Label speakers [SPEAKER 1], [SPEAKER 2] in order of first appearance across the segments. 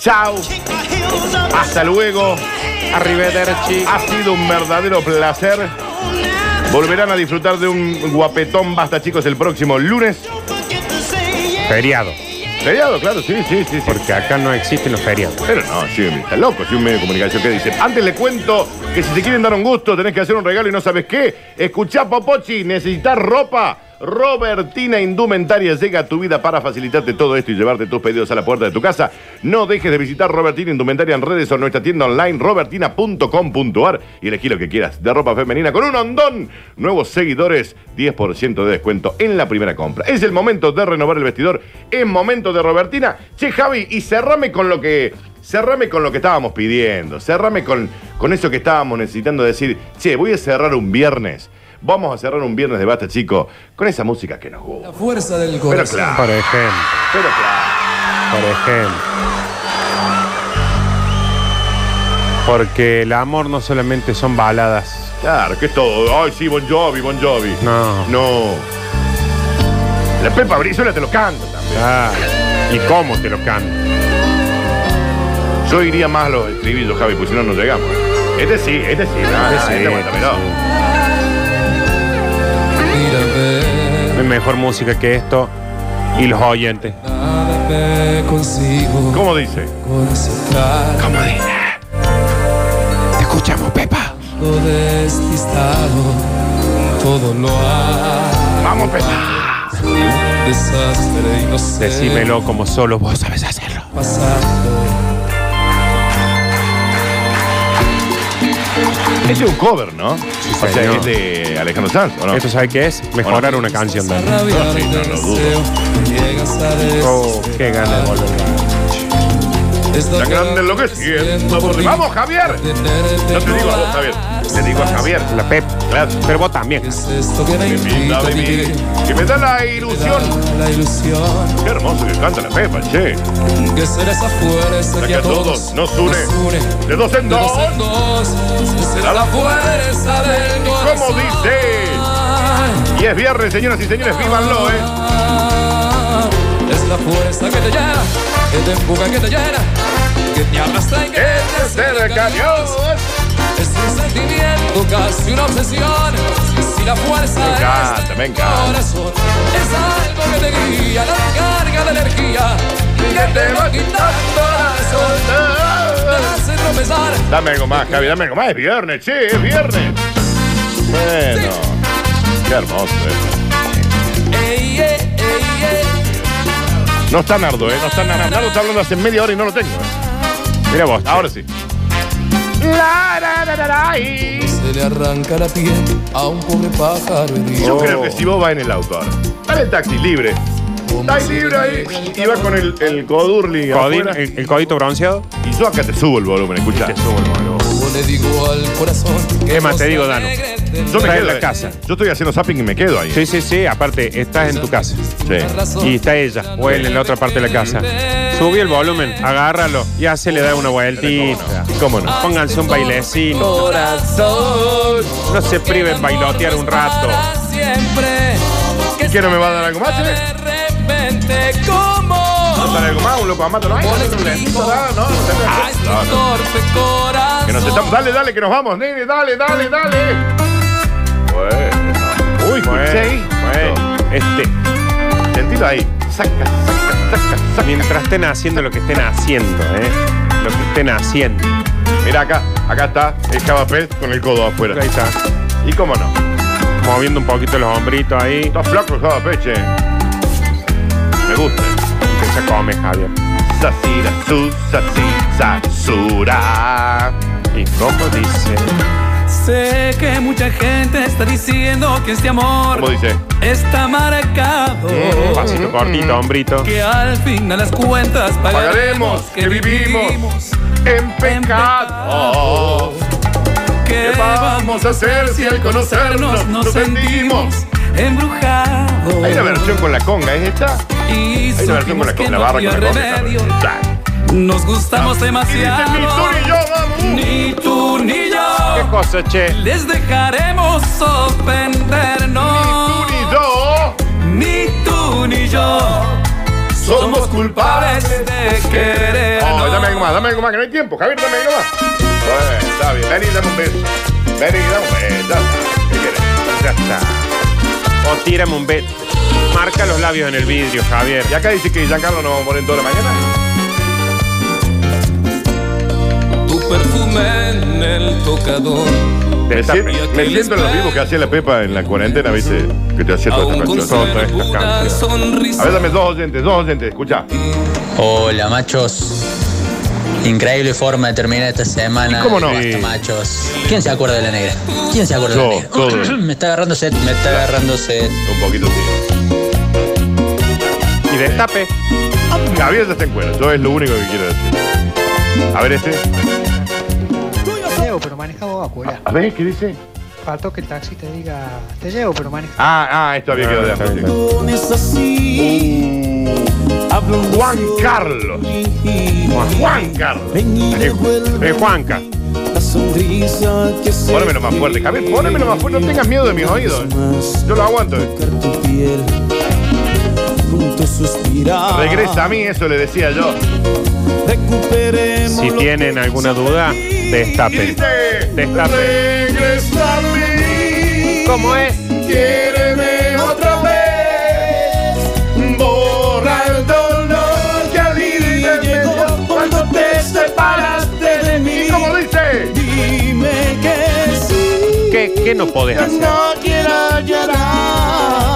[SPEAKER 1] Chao. Hasta luego.
[SPEAKER 2] Arrivederci.
[SPEAKER 1] Ha sido un verdadero placer. Volverán a disfrutar de un guapetón basta, chicos, el próximo lunes.
[SPEAKER 2] Feriado.
[SPEAKER 1] Feriado, claro, sí, sí, sí. sí.
[SPEAKER 2] Porque acá no existen los feriados.
[SPEAKER 1] Pero no, sí, está loco, si un medio de comunicación que dice. Antes le cuento que si te quieren dar un gusto, tenés que hacer un regalo y no sabes qué. Escuchá, Popochi, necesitas ropa. Robertina Indumentaria llega a tu vida para facilitarte todo esto y llevarte tus pedidos a la puerta de tu casa. No dejes de visitar Robertina Indumentaria en redes o nuestra tienda online robertina.com.ar y elegí lo que quieras de ropa femenina con un hondón. Nuevos seguidores, 10% de descuento en la primera compra. Es el momento de renovar el vestidor, es momento de Robertina. Che, Javi, y cerrame con lo que Cerrame con lo que estábamos pidiendo, cerrame con, con eso que estábamos necesitando decir, che, voy a cerrar un viernes, vamos a cerrar un viernes de basta, chico, con esa música que nos gusta.
[SPEAKER 3] La fuerza del
[SPEAKER 1] Pero
[SPEAKER 3] corazón.
[SPEAKER 1] claro,
[SPEAKER 2] Por ejemplo,
[SPEAKER 1] pero claro.
[SPEAKER 2] por ejemplo. Porque el amor no solamente son baladas.
[SPEAKER 1] Claro, que es todo. Ay, sí, Bon Jovi, Bon Jovi.
[SPEAKER 2] No.
[SPEAKER 1] No. La Pepa Brizuela te lo canta también.
[SPEAKER 2] Ah, ¿Y cómo te lo canto?
[SPEAKER 1] Yo iría más a los estribillos, Javi, porque si no, no llegamos. Este sí, este sí. no,
[SPEAKER 2] Este
[SPEAKER 1] no,
[SPEAKER 2] sí,
[SPEAKER 1] este aguántamelo.
[SPEAKER 3] Mírame,
[SPEAKER 2] No hay mejor música que esto y los oyentes.
[SPEAKER 3] nada me consigo
[SPEAKER 1] ¿Cómo dice?
[SPEAKER 3] concentrar.
[SPEAKER 1] ¿Cómo dice?
[SPEAKER 2] Te escuchamos, Pepa.
[SPEAKER 3] Todo despistado, todo lo hago
[SPEAKER 1] Vamos, Pepa.
[SPEAKER 3] un desastre y no sé
[SPEAKER 2] Decímelo como solo vos sabes hacerlo.
[SPEAKER 3] pasando.
[SPEAKER 1] Este es un cover, ¿no? o sea,
[SPEAKER 2] señor.
[SPEAKER 1] es de Alejandro Sanz, ¿o no?
[SPEAKER 2] ¿Esto sabe qué es? Mejorar una canción
[SPEAKER 3] Esa
[SPEAKER 2] de
[SPEAKER 3] rabia
[SPEAKER 1] No, sí, no
[SPEAKER 3] del
[SPEAKER 1] lo dudo.
[SPEAKER 3] deseo que llegas a
[SPEAKER 2] Oh, qué gana de
[SPEAKER 3] desesperar.
[SPEAKER 2] volver.
[SPEAKER 3] Es
[SPEAKER 1] Tan grande lo que siento por ti. ¡Vamos, Javier! No te digo a vos, Javier. Te digo a Javier.
[SPEAKER 2] La Pep.
[SPEAKER 1] Claro.
[SPEAKER 2] Pero vos también.
[SPEAKER 3] Es esto que me
[SPEAKER 1] Me
[SPEAKER 3] invita
[SPEAKER 1] invita
[SPEAKER 3] a
[SPEAKER 1] a vivir.
[SPEAKER 3] vivir.
[SPEAKER 1] Que me da la
[SPEAKER 3] Me da
[SPEAKER 1] ilusión.
[SPEAKER 3] La ilusión
[SPEAKER 1] Qué hermoso que canta la Pepa, che.
[SPEAKER 3] que será esa fuerza que a todos nos une.
[SPEAKER 1] De dos en
[SPEAKER 3] De dos
[SPEAKER 1] dos.
[SPEAKER 3] en dos será la fuerza del corazón.
[SPEAKER 1] ¿Cómo dice? Y es viernes, señoras y señores, vívanlo, ¿eh?
[SPEAKER 3] Es la fuerza que te llena, que te empuja, que te llena, que te arrastra y que
[SPEAKER 1] Este
[SPEAKER 3] te acerca a Dios. Es un sentimiento, casi una obsesión. Si la fuerza
[SPEAKER 1] Me encanta,
[SPEAKER 3] es del
[SPEAKER 1] me encanta.
[SPEAKER 3] corazón, es algo que te guía, la carga de energía que te va quitando la razón. Te hace tropezar.
[SPEAKER 1] Dame algo más, Javi, dame algo más. Es viernes, che, es viernes. Bueno. Qué hermoso, ¿eh?
[SPEAKER 3] Ey, ey, ey, eh. ey.
[SPEAKER 1] No está Nardo, ¿eh? No está Nardo. Nardo está hablando hace media hora y no lo tengo, ¿eh?
[SPEAKER 2] Mira vos.
[SPEAKER 1] Ahora sí. La, la, la, la, la, y-
[SPEAKER 3] Se le arranca la piel a un pobre pájaro herido.
[SPEAKER 1] Yo
[SPEAKER 2] Oh.
[SPEAKER 1] creo que si vos vas en el auto ahora, dale el taxi libre. Está ahí libre ahí y vas con el, el Codurli
[SPEAKER 2] Codín,
[SPEAKER 1] afuera.
[SPEAKER 2] el, el codito bronceado.
[SPEAKER 1] Y yo acá te subo el volumen, escuchá.
[SPEAKER 3] Yo le digo al corazón que
[SPEAKER 2] Es más, te
[SPEAKER 3] no
[SPEAKER 2] digo,
[SPEAKER 3] se
[SPEAKER 2] Dano.
[SPEAKER 3] alegre
[SPEAKER 1] Yo
[SPEAKER 3] de
[SPEAKER 1] me
[SPEAKER 2] Está
[SPEAKER 1] quedo
[SPEAKER 2] en la
[SPEAKER 1] ahí.
[SPEAKER 2] casa.
[SPEAKER 1] Yo estoy haciendo zapping y me quedo ahí.
[SPEAKER 2] Sí, sí, sí. Aparte, estás en tu casa.
[SPEAKER 1] Sí.
[SPEAKER 3] la razón.
[SPEAKER 2] Y está ella. O él en la otra parte de la casa. Subí el volumen, agárralo y hace le da una vueltita.
[SPEAKER 1] ¿Cómo no?
[SPEAKER 2] Pónganse un bailecito.
[SPEAKER 3] Este Corazón.
[SPEAKER 2] No se priven bailotear un rato.
[SPEAKER 3] Para Siempre. Que
[SPEAKER 1] ¿Qué no me va a dar algo más,
[SPEAKER 3] sepa
[SPEAKER 1] eh?
[SPEAKER 3] De repente, ¿cómo?
[SPEAKER 1] ¿Dale algo más? ¿Un loco amato? No hay.
[SPEAKER 3] Por el
[SPEAKER 1] ¿Un lentito?
[SPEAKER 3] tipo.
[SPEAKER 1] No, no,
[SPEAKER 3] A este
[SPEAKER 1] no, no, no.
[SPEAKER 3] torpe
[SPEAKER 1] Ah, Que nos estamos.
[SPEAKER 3] corazón.
[SPEAKER 1] Dale, dale, que nos vamos, nene. Dale, dale, dale. Bueno. Uy, escuché ahí.
[SPEAKER 2] Bueno, este,
[SPEAKER 1] Sentilo ahí. Saca, saca, saca, saca.
[SPEAKER 2] mientras estén haciendo lo que estén haciendo, ¿eh? Lo que estén haciendo.
[SPEAKER 1] Mira acá. Acá está el cabapel con el codo afuera.
[SPEAKER 2] Ahí está.
[SPEAKER 1] ¿Y cómo no?
[SPEAKER 2] Moviendo un poquito los hombritos ahí.
[SPEAKER 1] Está flaco el cabapel, che. Me gusta.
[SPEAKER 2] Que se come, Javier.
[SPEAKER 1] Sasira, su, sasi, sasura.
[SPEAKER 2] Y como dice.
[SPEAKER 3] Sé que mucha gente está diciendo que este
[SPEAKER 1] ¿Cómo
[SPEAKER 3] amor
[SPEAKER 1] dice?
[SPEAKER 3] está marcado.
[SPEAKER 2] Un
[SPEAKER 1] Mm.
[SPEAKER 2] pasito cortito, hombrito.
[SPEAKER 3] Que al final las cuentas
[SPEAKER 1] Pagaremos
[SPEAKER 3] pagaremos.
[SPEAKER 1] que vivimos en pecado.
[SPEAKER 3] ¿Qué
[SPEAKER 1] ¿Qué vamos a hacer si al conocernos nos sentimos?
[SPEAKER 3] embrujados?
[SPEAKER 1] Hay una versión con la conga, ¿es esta?
[SPEAKER 3] Y
[SPEAKER 1] Hay una versión con la,
[SPEAKER 3] supimos que
[SPEAKER 1] con la
[SPEAKER 3] no
[SPEAKER 1] barra con
[SPEAKER 3] había
[SPEAKER 1] la conga.
[SPEAKER 3] remedio.
[SPEAKER 1] esta versión.
[SPEAKER 3] Nos gustamos
[SPEAKER 1] Y dice, ni tú
[SPEAKER 3] demasiado.
[SPEAKER 1] ni yo, vamos.
[SPEAKER 3] Ni tú ni
[SPEAKER 2] ¿Qué
[SPEAKER 3] yo
[SPEAKER 2] cosa, che?
[SPEAKER 3] les dejaremos sorprendernos.
[SPEAKER 1] Ni
[SPEAKER 3] culpables de querer.
[SPEAKER 1] Oh, dame algo más, dame algo más, que no hay tiempo. Javier, dame algo más. Bueno, está bien. Vení, dame un beso. Vení, dame un beso. Ya está. ¿Qué quieres? Ya está.
[SPEAKER 2] O Oh, tírame un bet. Marca los labios en el vidrio, Javier.
[SPEAKER 1] Y acá dice que Giancarlo nos va a poner toda la mañana.
[SPEAKER 3] Tu perfume en el tocador.
[SPEAKER 1] Me
[SPEAKER 2] Está-
[SPEAKER 1] siento, me siento en los vivos que hacía la Pepa en la cuarentena, ¿viste? Que te hacía todas
[SPEAKER 3] Aún
[SPEAKER 1] estas
[SPEAKER 2] conservo.
[SPEAKER 1] canciones.
[SPEAKER 2] todas estas
[SPEAKER 3] conservo una
[SPEAKER 2] canciones.
[SPEAKER 1] A ver,
[SPEAKER 3] sonrisa.
[SPEAKER 1] dame dos oyentes, dos oyentes, escucha.
[SPEAKER 4] Hola machos. Increíble forma de terminar esta semana.
[SPEAKER 1] ¿Y cómo no?
[SPEAKER 4] Basta,
[SPEAKER 2] Sí.
[SPEAKER 4] machos. ¿Quién se acuerda de la negra? ¿Quién se acuerda
[SPEAKER 1] Yo,
[SPEAKER 4] de la negra?
[SPEAKER 1] todo.
[SPEAKER 4] me está agarrando sed, me está agarrando sed.
[SPEAKER 1] Un poquito sí.
[SPEAKER 2] Y destape.
[SPEAKER 1] Javier ya se encuentra, yo es lo único que quiero decir. A ver este.
[SPEAKER 5] Te llevo, pero maneja vos, acuera.
[SPEAKER 1] A ver, ¿qué dice?
[SPEAKER 5] Faltó que el taxi te diga, te llevo, pero maneja.
[SPEAKER 1] Ah, ah, esto había quedado de
[SPEAKER 2] Ah, está
[SPEAKER 1] antes.
[SPEAKER 2] bien, está
[SPEAKER 1] Juan Carlos. Juan Carlos.
[SPEAKER 2] Eh, Juanca.
[SPEAKER 1] Pónemelo más fuerte, Javier. Pónemelo más fuerte. No tengas miedo de mis oídos. Yo lo aguanto. eh. Regresa a mí, eso le decía yo.
[SPEAKER 2] Si tienen alguna duda,
[SPEAKER 1] Y
[SPEAKER 2] destapen.
[SPEAKER 1] dice,
[SPEAKER 2] Destape.
[SPEAKER 1] Regresa a mí.
[SPEAKER 2] ¿Cómo es?
[SPEAKER 1] Quiéreme otra vez. Borra el dolor que al ir del medio, cuando te separaste de mí. ¿Cómo dice?
[SPEAKER 2] ¿Qué, qué no podés hacer?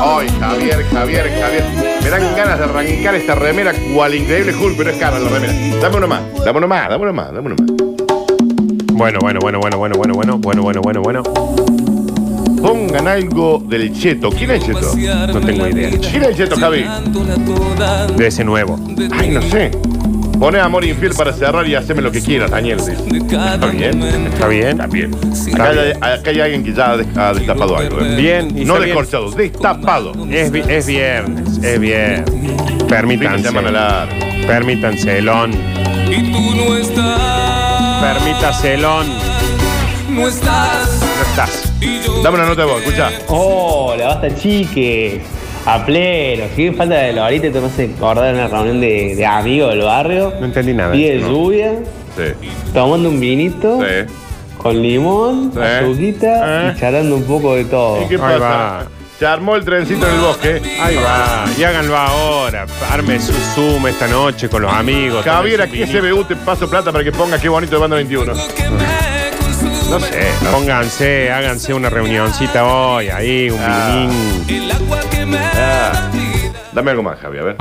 [SPEAKER 1] Ay, Javier, Javier, Javier. Me dan ganas de arrancar esta remera cual increíble Hulk, pero es cara la remera. Dame una más, dame una más, dame una más, dame una más.
[SPEAKER 2] Bueno, bueno, bueno, bueno, bueno, bueno, bueno, bueno, bueno, bueno, bueno.
[SPEAKER 1] Pongan algo del cheto. ¿Quién es el cheto?
[SPEAKER 2] No tengo idea.
[SPEAKER 1] ¿Quién es el cheto, Javi?
[SPEAKER 2] De ese nuevo.
[SPEAKER 1] Ay, no sé. Poné amor infiel para cerrar y haceme lo que quieras, Daniel. dice.
[SPEAKER 3] Está
[SPEAKER 1] bien.
[SPEAKER 2] ¿Está bien?
[SPEAKER 1] Está bien. Acá hay, acá hay alguien que ya ha des- ha destapado algo. ¿eh?
[SPEAKER 2] Bien. y
[SPEAKER 1] No
[SPEAKER 2] está bien.
[SPEAKER 1] descorchado, destapado.
[SPEAKER 2] Es, vi- es viernes, es viernes.
[SPEAKER 1] Viste,
[SPEAKER 2] Permítanse.
[SPEAKER 1] llaman a la-
[SPEAKER 2] Permítanse, Elon.
[SPEAKER 3] Y tú no estás.
[SPEAKER 2] Permítase, Elon.
[SPEAKER 3] No estás.
[SPEAKER 2] No estás.
[SPEAKER 3] Y yo
[SPEAKER 1] Dame una nota de voz, escucha.
[SPEAKER 6] Hola, Oh, basta chiques. A pleno. Si falta de la ahorita, te vas a acordar de una reunión de, de amigos del barrio.
[SPEAKER 2] No entendí nada.
[SPEAKER 6] Día de
[SPEAKER 2] No.
[SPEAKER 6] lluvia,
[SPEAKER 1] Sí,
[SPEAKER 6] tomando un
[SPEAKER 2] Uh.
[SPEAKER 6] vinito,
[SPEAKER 1] sí.
[SPEAKER 6] con limón,
[SPEAKER 1] Sí.
[SPEAKER 6] azuquita
[SPEAKER 1] Eh.
[SPEAKER 6] y charlando un poco de todo.
[SPEAKER 1] ¿Y qué
[SPEAKER 2] Ahí
[SPEAKER 1] pasa?
[SPEAKER 2] va.
[SPEAKER 1] Se armó el trencito en el bosque.
[SPEAKER 2] Ahí va. Y háganlo ahora. Arme su Zoom esta noche con los amigos.
[SPEAKER 1] Javier, aquí
[SPEAKER 2] tomen su vinito.
[SPEAKER 1] SBU te paso plata para que pongas qué bonito de banda 21.
[SPEAKER 3] que me consume.
[SPEAKER 1] No sé, no.
[SPEAKER 2] Eh, Pónganse, háganse una reunioncita hoy, ahí, un
[SPEAKER 1] Ah.
[SPEAKER 2] vinín.
[SPEAKER 3] El agua que me
[SPEAKER 1] Ah.
[SPEAKER 3] retira.
[SPEAKER 1] Dame algo más, Javier, a ver.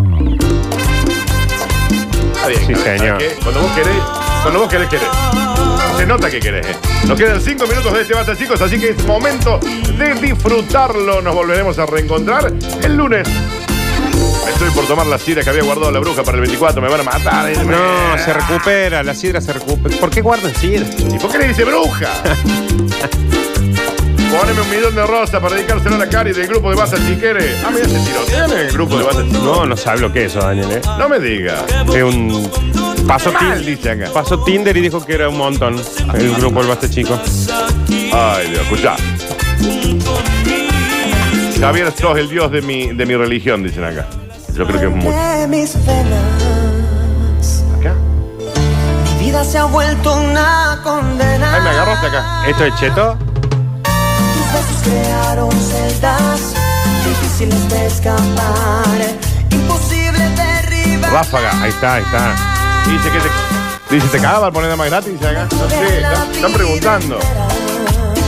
[SPEAKER 1] Está bien,
[SPEAKER 2] Sí,
[SPEAKER 1] Javi, ¿sabes
[SPEAKER 2] señor.
[SPEAKER 1] qué? Cuando vos querés, cuando vos querés, querés. Se nota que querés, ¿eh? Nos quedan cinco minutos de este basta, chicos, así que es momento de disfrutarlo. Nos volveremos a reencontrar el lunes. Estoy por tomar la sidra que había guardado la bruja para el 24. Me van a matar. eh.
[SPEAKER 2] No, se recupera, la sidra se recupera. ¿Por qué guardan sidra?
[SPEAKER 1] ¿Y por qué le dice bruja? Poneme un millón de rosas para dedicárselo a la Cari del grupo de Baza Chiquere. Ah, mira, se tiró. ¿Tiene el grupo de Baza Chiquere?
[SPEAKER 2] No, no sabe lo que es eso, Daniel, ¿eh?
[SPEAKER 1] No me diga.
[SPEAKER 2] Es un. Pasó,
[SPEAKER 1] Mal,
[SPEAKER 2] Tin-
[SPEAKER 1] dice acá.
[SPEAKER 2] pasó Tinder y dijo que era un montón. El grupo El Basta Chico.
[SPEAKER 1] Ay, Dios, escuchá. Javier, sos el dios de mi, de mi religión, dicen acá. Yo creo que es mucho.
[SPEAKER 7] de mis venas.
[SPEAKER 1] ¿Acá?
[SPEAKER 7] Mi vida se ha vuelto una condena.
[SPEAKER 1] Ay, me agarraste acá.
[SPEAKER 2] ¿Esto es Cheto?
[SPEAKER 7] Tus besos crearon celdas difíciles de escapar, imposible derribar.
[SPEAKER 2] Ráfaga, ahí está, ahí está.
[SPEAKER 1] Dice que te, dice, te cagaba al poner más gratis, dicen acá. No sé, están, están preguntando.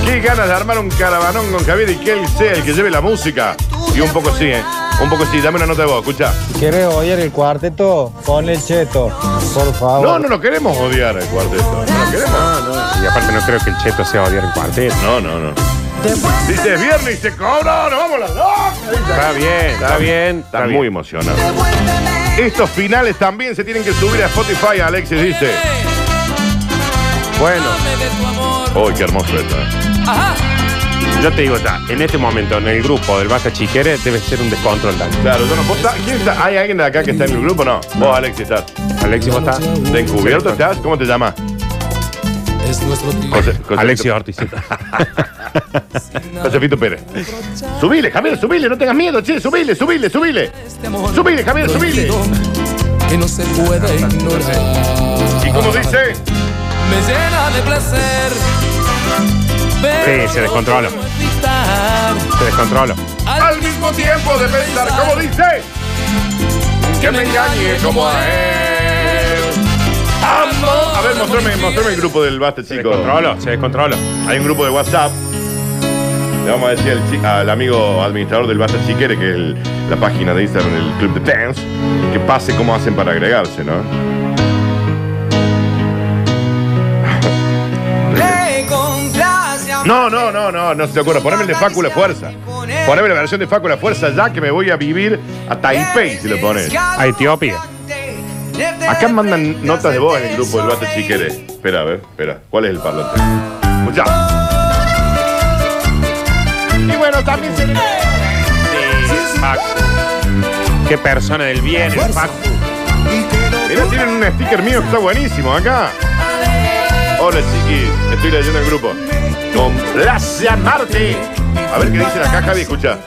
[SPEAKER 1] Qué ganas de armar un caravanón con Javier y que él sea el que lleve la música. Y un poco sí, ¿eh? Un poco sí. Dame una nota de voz, escucha.
[SPEAKER 8] ¿Quieres oír el cuarteto? Ponle el cheto, por favor.
[SPEAKER 1] No, no lo queremos odiar el cuarteto. No lo queremos.
[SPEAKER 2] Y aparte no creo que el Cheto sea odiar en cuarteto.
[SPEAKER 1] No, no, no. Dice es viernes y se cobra, nos vamos las dos.
[SPEAKER 2] Está bien, está bien.
[SPEAKER 1] Está muy emocionado. Estos finales también se tienen que subir a Spotify, Alexis dice.
[SPEAKER 2] Bueno,
[SPEAKER 3] Háblame de tu amor.
[SPEAKER 1] Uy, qué hermoso esto. ¿eh?
[SPEAKER 3] Ajá.
[SPEAKER 2] yo te digo, está, en este momento, en el grupo del Basta Chiquere, debe ser un descontrol, Daniel.
[SPEAKER 1] Claro, yo no ¿vos está- ¿Quién está? ¿Hay alguien de acá que está en el grupo? No. Vos, Alexis, estás.
[SPEAKER 2] Alexis, ¿vos estás?
[SPEAKER 1] ¿De encubierto estás? ¿Cómo te llamas?
[SPEAKER 3] Es nuestro
[SPEAKER 1] José-
[SPEAKER 3] tiempo.
[SPEAKER 1] José-
[SPEAKER 2] Alexis Ortiz. sí.
[SPEAKER 1] Josefito Pérez. Subile, Javier, subile, no tengas miedo, che, subile, subile, subile.
[SPEAKER 3] Este amor
[SPEAKER 1] Subile, Javier, subile.
[SPEAKER 3] prohibido. que no se puede ignorar.
[SPEAKER 1] ¿Y cómo dice?
[SPEAKER 3] Me llena de placer. pero
[SPEAKER 2] Sí, se descontroló.
[SPEAKER 3] no puedo evitar
[SPEAKER 2] Te descontrolo.
[SPEAKER 1] Al mismo tiempo de pensar, ¿cómo dice? Que me engañe como a él. Amor. A ver, mostrame, mostrame el grupo del Basta,
[SPEAKER 2] Se
[SPEAKER 1] chicos.
[SPEAKER 2] descontrolo, se descontrolo.
[SPEAKER 1] Hay un grupo de WhatsApp. Le vamos a decir al, chi- al amigo administrador del Basta si quiere que el- la página de Instagram del Club de Fans que pase cómo hacen para agregarse, ¿no? No, no, no, no, no se te ocurra. Poneme el de Facu la fuerza. Poneme la versión de Facu la fuerza ya que me voy a vivir a Taipei si lo pones.
[SPEAKER 2] A Etiopía.
[SPEAKER 1] Acá mandan notas de voz en el grupo del Basta si quiere. Espera, a ver, espera. ¿Cuál es el parlante? Escuchá. Y bueno, también se
[SPEAKER 2] Sí, Facu. Qué persona del bien, el Facu.
[SPEAKER 1] Mirá, tienen un sticker mío que está buenísimo acá. Hola, chiquis. Estoy leyendo el grupo. Complace a Marte. A ver qué dice acá, Javi. Escucha.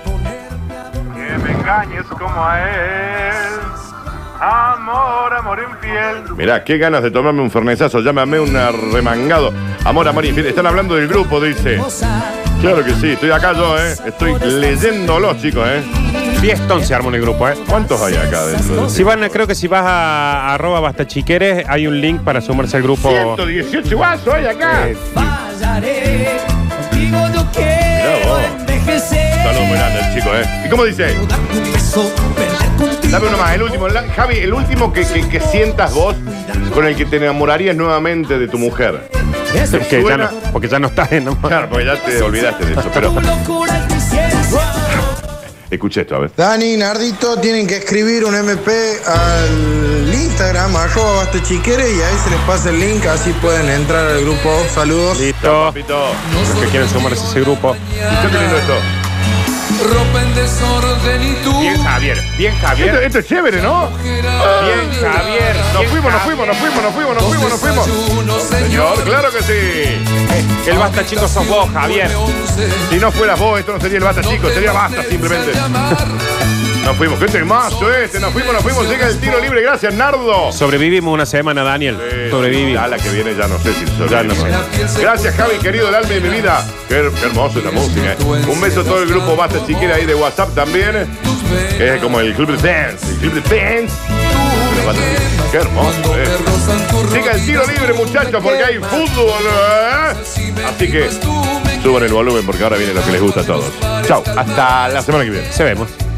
[SPEAKER 2] Que me engañes como a él. Amor, amor infiel.
[SPEAKER 1] Mirá, qué ganas de tomarme un fernesazo. Ya me amé un remangado. Amor, amor infiel. Están hablando del grupo, dice. Claro que sí. Estoy acá yo, ¿eh? Estoy leyéndolos, chicos, ¿eh?
[SPEAKER 2] Fiestón se armó en el grupo, ¿eh?
[SPEAKER 1] ¿Cuántos hay acá dentro?
[SPEAKER 2] Si van, a- creo que si vas a, a arroba bastachiqueres, hay un link para sumarse al grupo.
[SPEAKER 1] 118 guasos hay acá.
[SPEAKER 2] Eh,
[SPEAKER 3] Fallaré, contigo yo quiero
[SPEAKER 1] vos.
[SPEAKER 3] envejecer.
[SPEAKER 1] Saludos muy grandes, chicos, ¿eh? ¿Y cómo dice?
[SPEAKER 3] Darte un beso, pelear contigo.
[SPEAKER 1] Dame uno más, el último. La- Javi, el último que, que- que sientas vos con el que te enamorarías nuevamente de tu mujer.
[SPEAKER 2] que ya
[SPEAKER 1] Suena-
[SPEAKER 2] no- porque ya no estás en
[SPEAKER 1] Claro, porque ya te olvidaste de eso, pero
[SPEAKER 3] Tu locura y tu ciencia.
[SPEAKER 1] escuché esto, a ver.
[SPEAKER 9] Dani, Nardito, tienen que escribir un MP al Instagram, arroba bastechiquere, y ahí se les pasa el link, así pueden entrar al grupo. Saludos.
[SPEAKER 2] Listo.
[SPEAKER 1] Papito,
[SPEAKER 2] Los que quieren sumarse a ese grupo.
[SPEAKER 1] escuchá qué lindo esto.
[SPEAKER 3] Rompen desorden y tú.
[SPEAKER 2] Bien, Javier. Bien,
[SPEAKER 1] esto.
[SPEAKER 2] Javier.
[SPEAKER 1] esto es chévere, ¿no?
[SPEAKER 2] Bien, Javier.
[SPEAKER 1] Nos
[SPEAKER 2] Bien,
[SPEAKER 1] fuimos, nos
[SPEAKER 2] Javier.
[SPEAKER 1] fuimos, nos fuimos, nos fuimos, nos fuimos, nos fuimos.
[SPEAKER 3] Desayuno,
[SPEAKER 1] Señor,
[SPEAKER 3] señor.
[SPEAKER 1] claro que sí.
[SPEAKER 2] Este, El basta, chicos, sos vos, Javier.
[SPEAKER 1] Si no fueras vos, esto no sería el basta, chicos, sería basta simplemente. Nos fuimos, qué temazo este, nos fuimos, nos fuimos, llega el tiro libre, gracias, Nardo.
[SPEAKER 2] Sobrevivimos una semana, Daniel. Sobrevivimos.
[SPEAKER 1] A la que viene ya no sé si
[SPEAKER 2] Ya no sé.
[SPEAKER 1] sobrevivimos. Gracias, Javi, querido, el alma de mi vida. Qué, qué hermoso la música. eh. Un beso a todo el grupo Basta Chiquera ahí de WhatsApp también. eh. Que es como el Club de Fans. El Club de Fans. Pero Basta Chiquera, Qué hermoso, eh. Llega el tiro libre, muchachos, porque hay fútbol. ¿eh? Así que suban el volumen porque ahora viene lo que les gusta a todos. Chao, hasta la semana que viene.
[SPEAKER 2] Se vemos.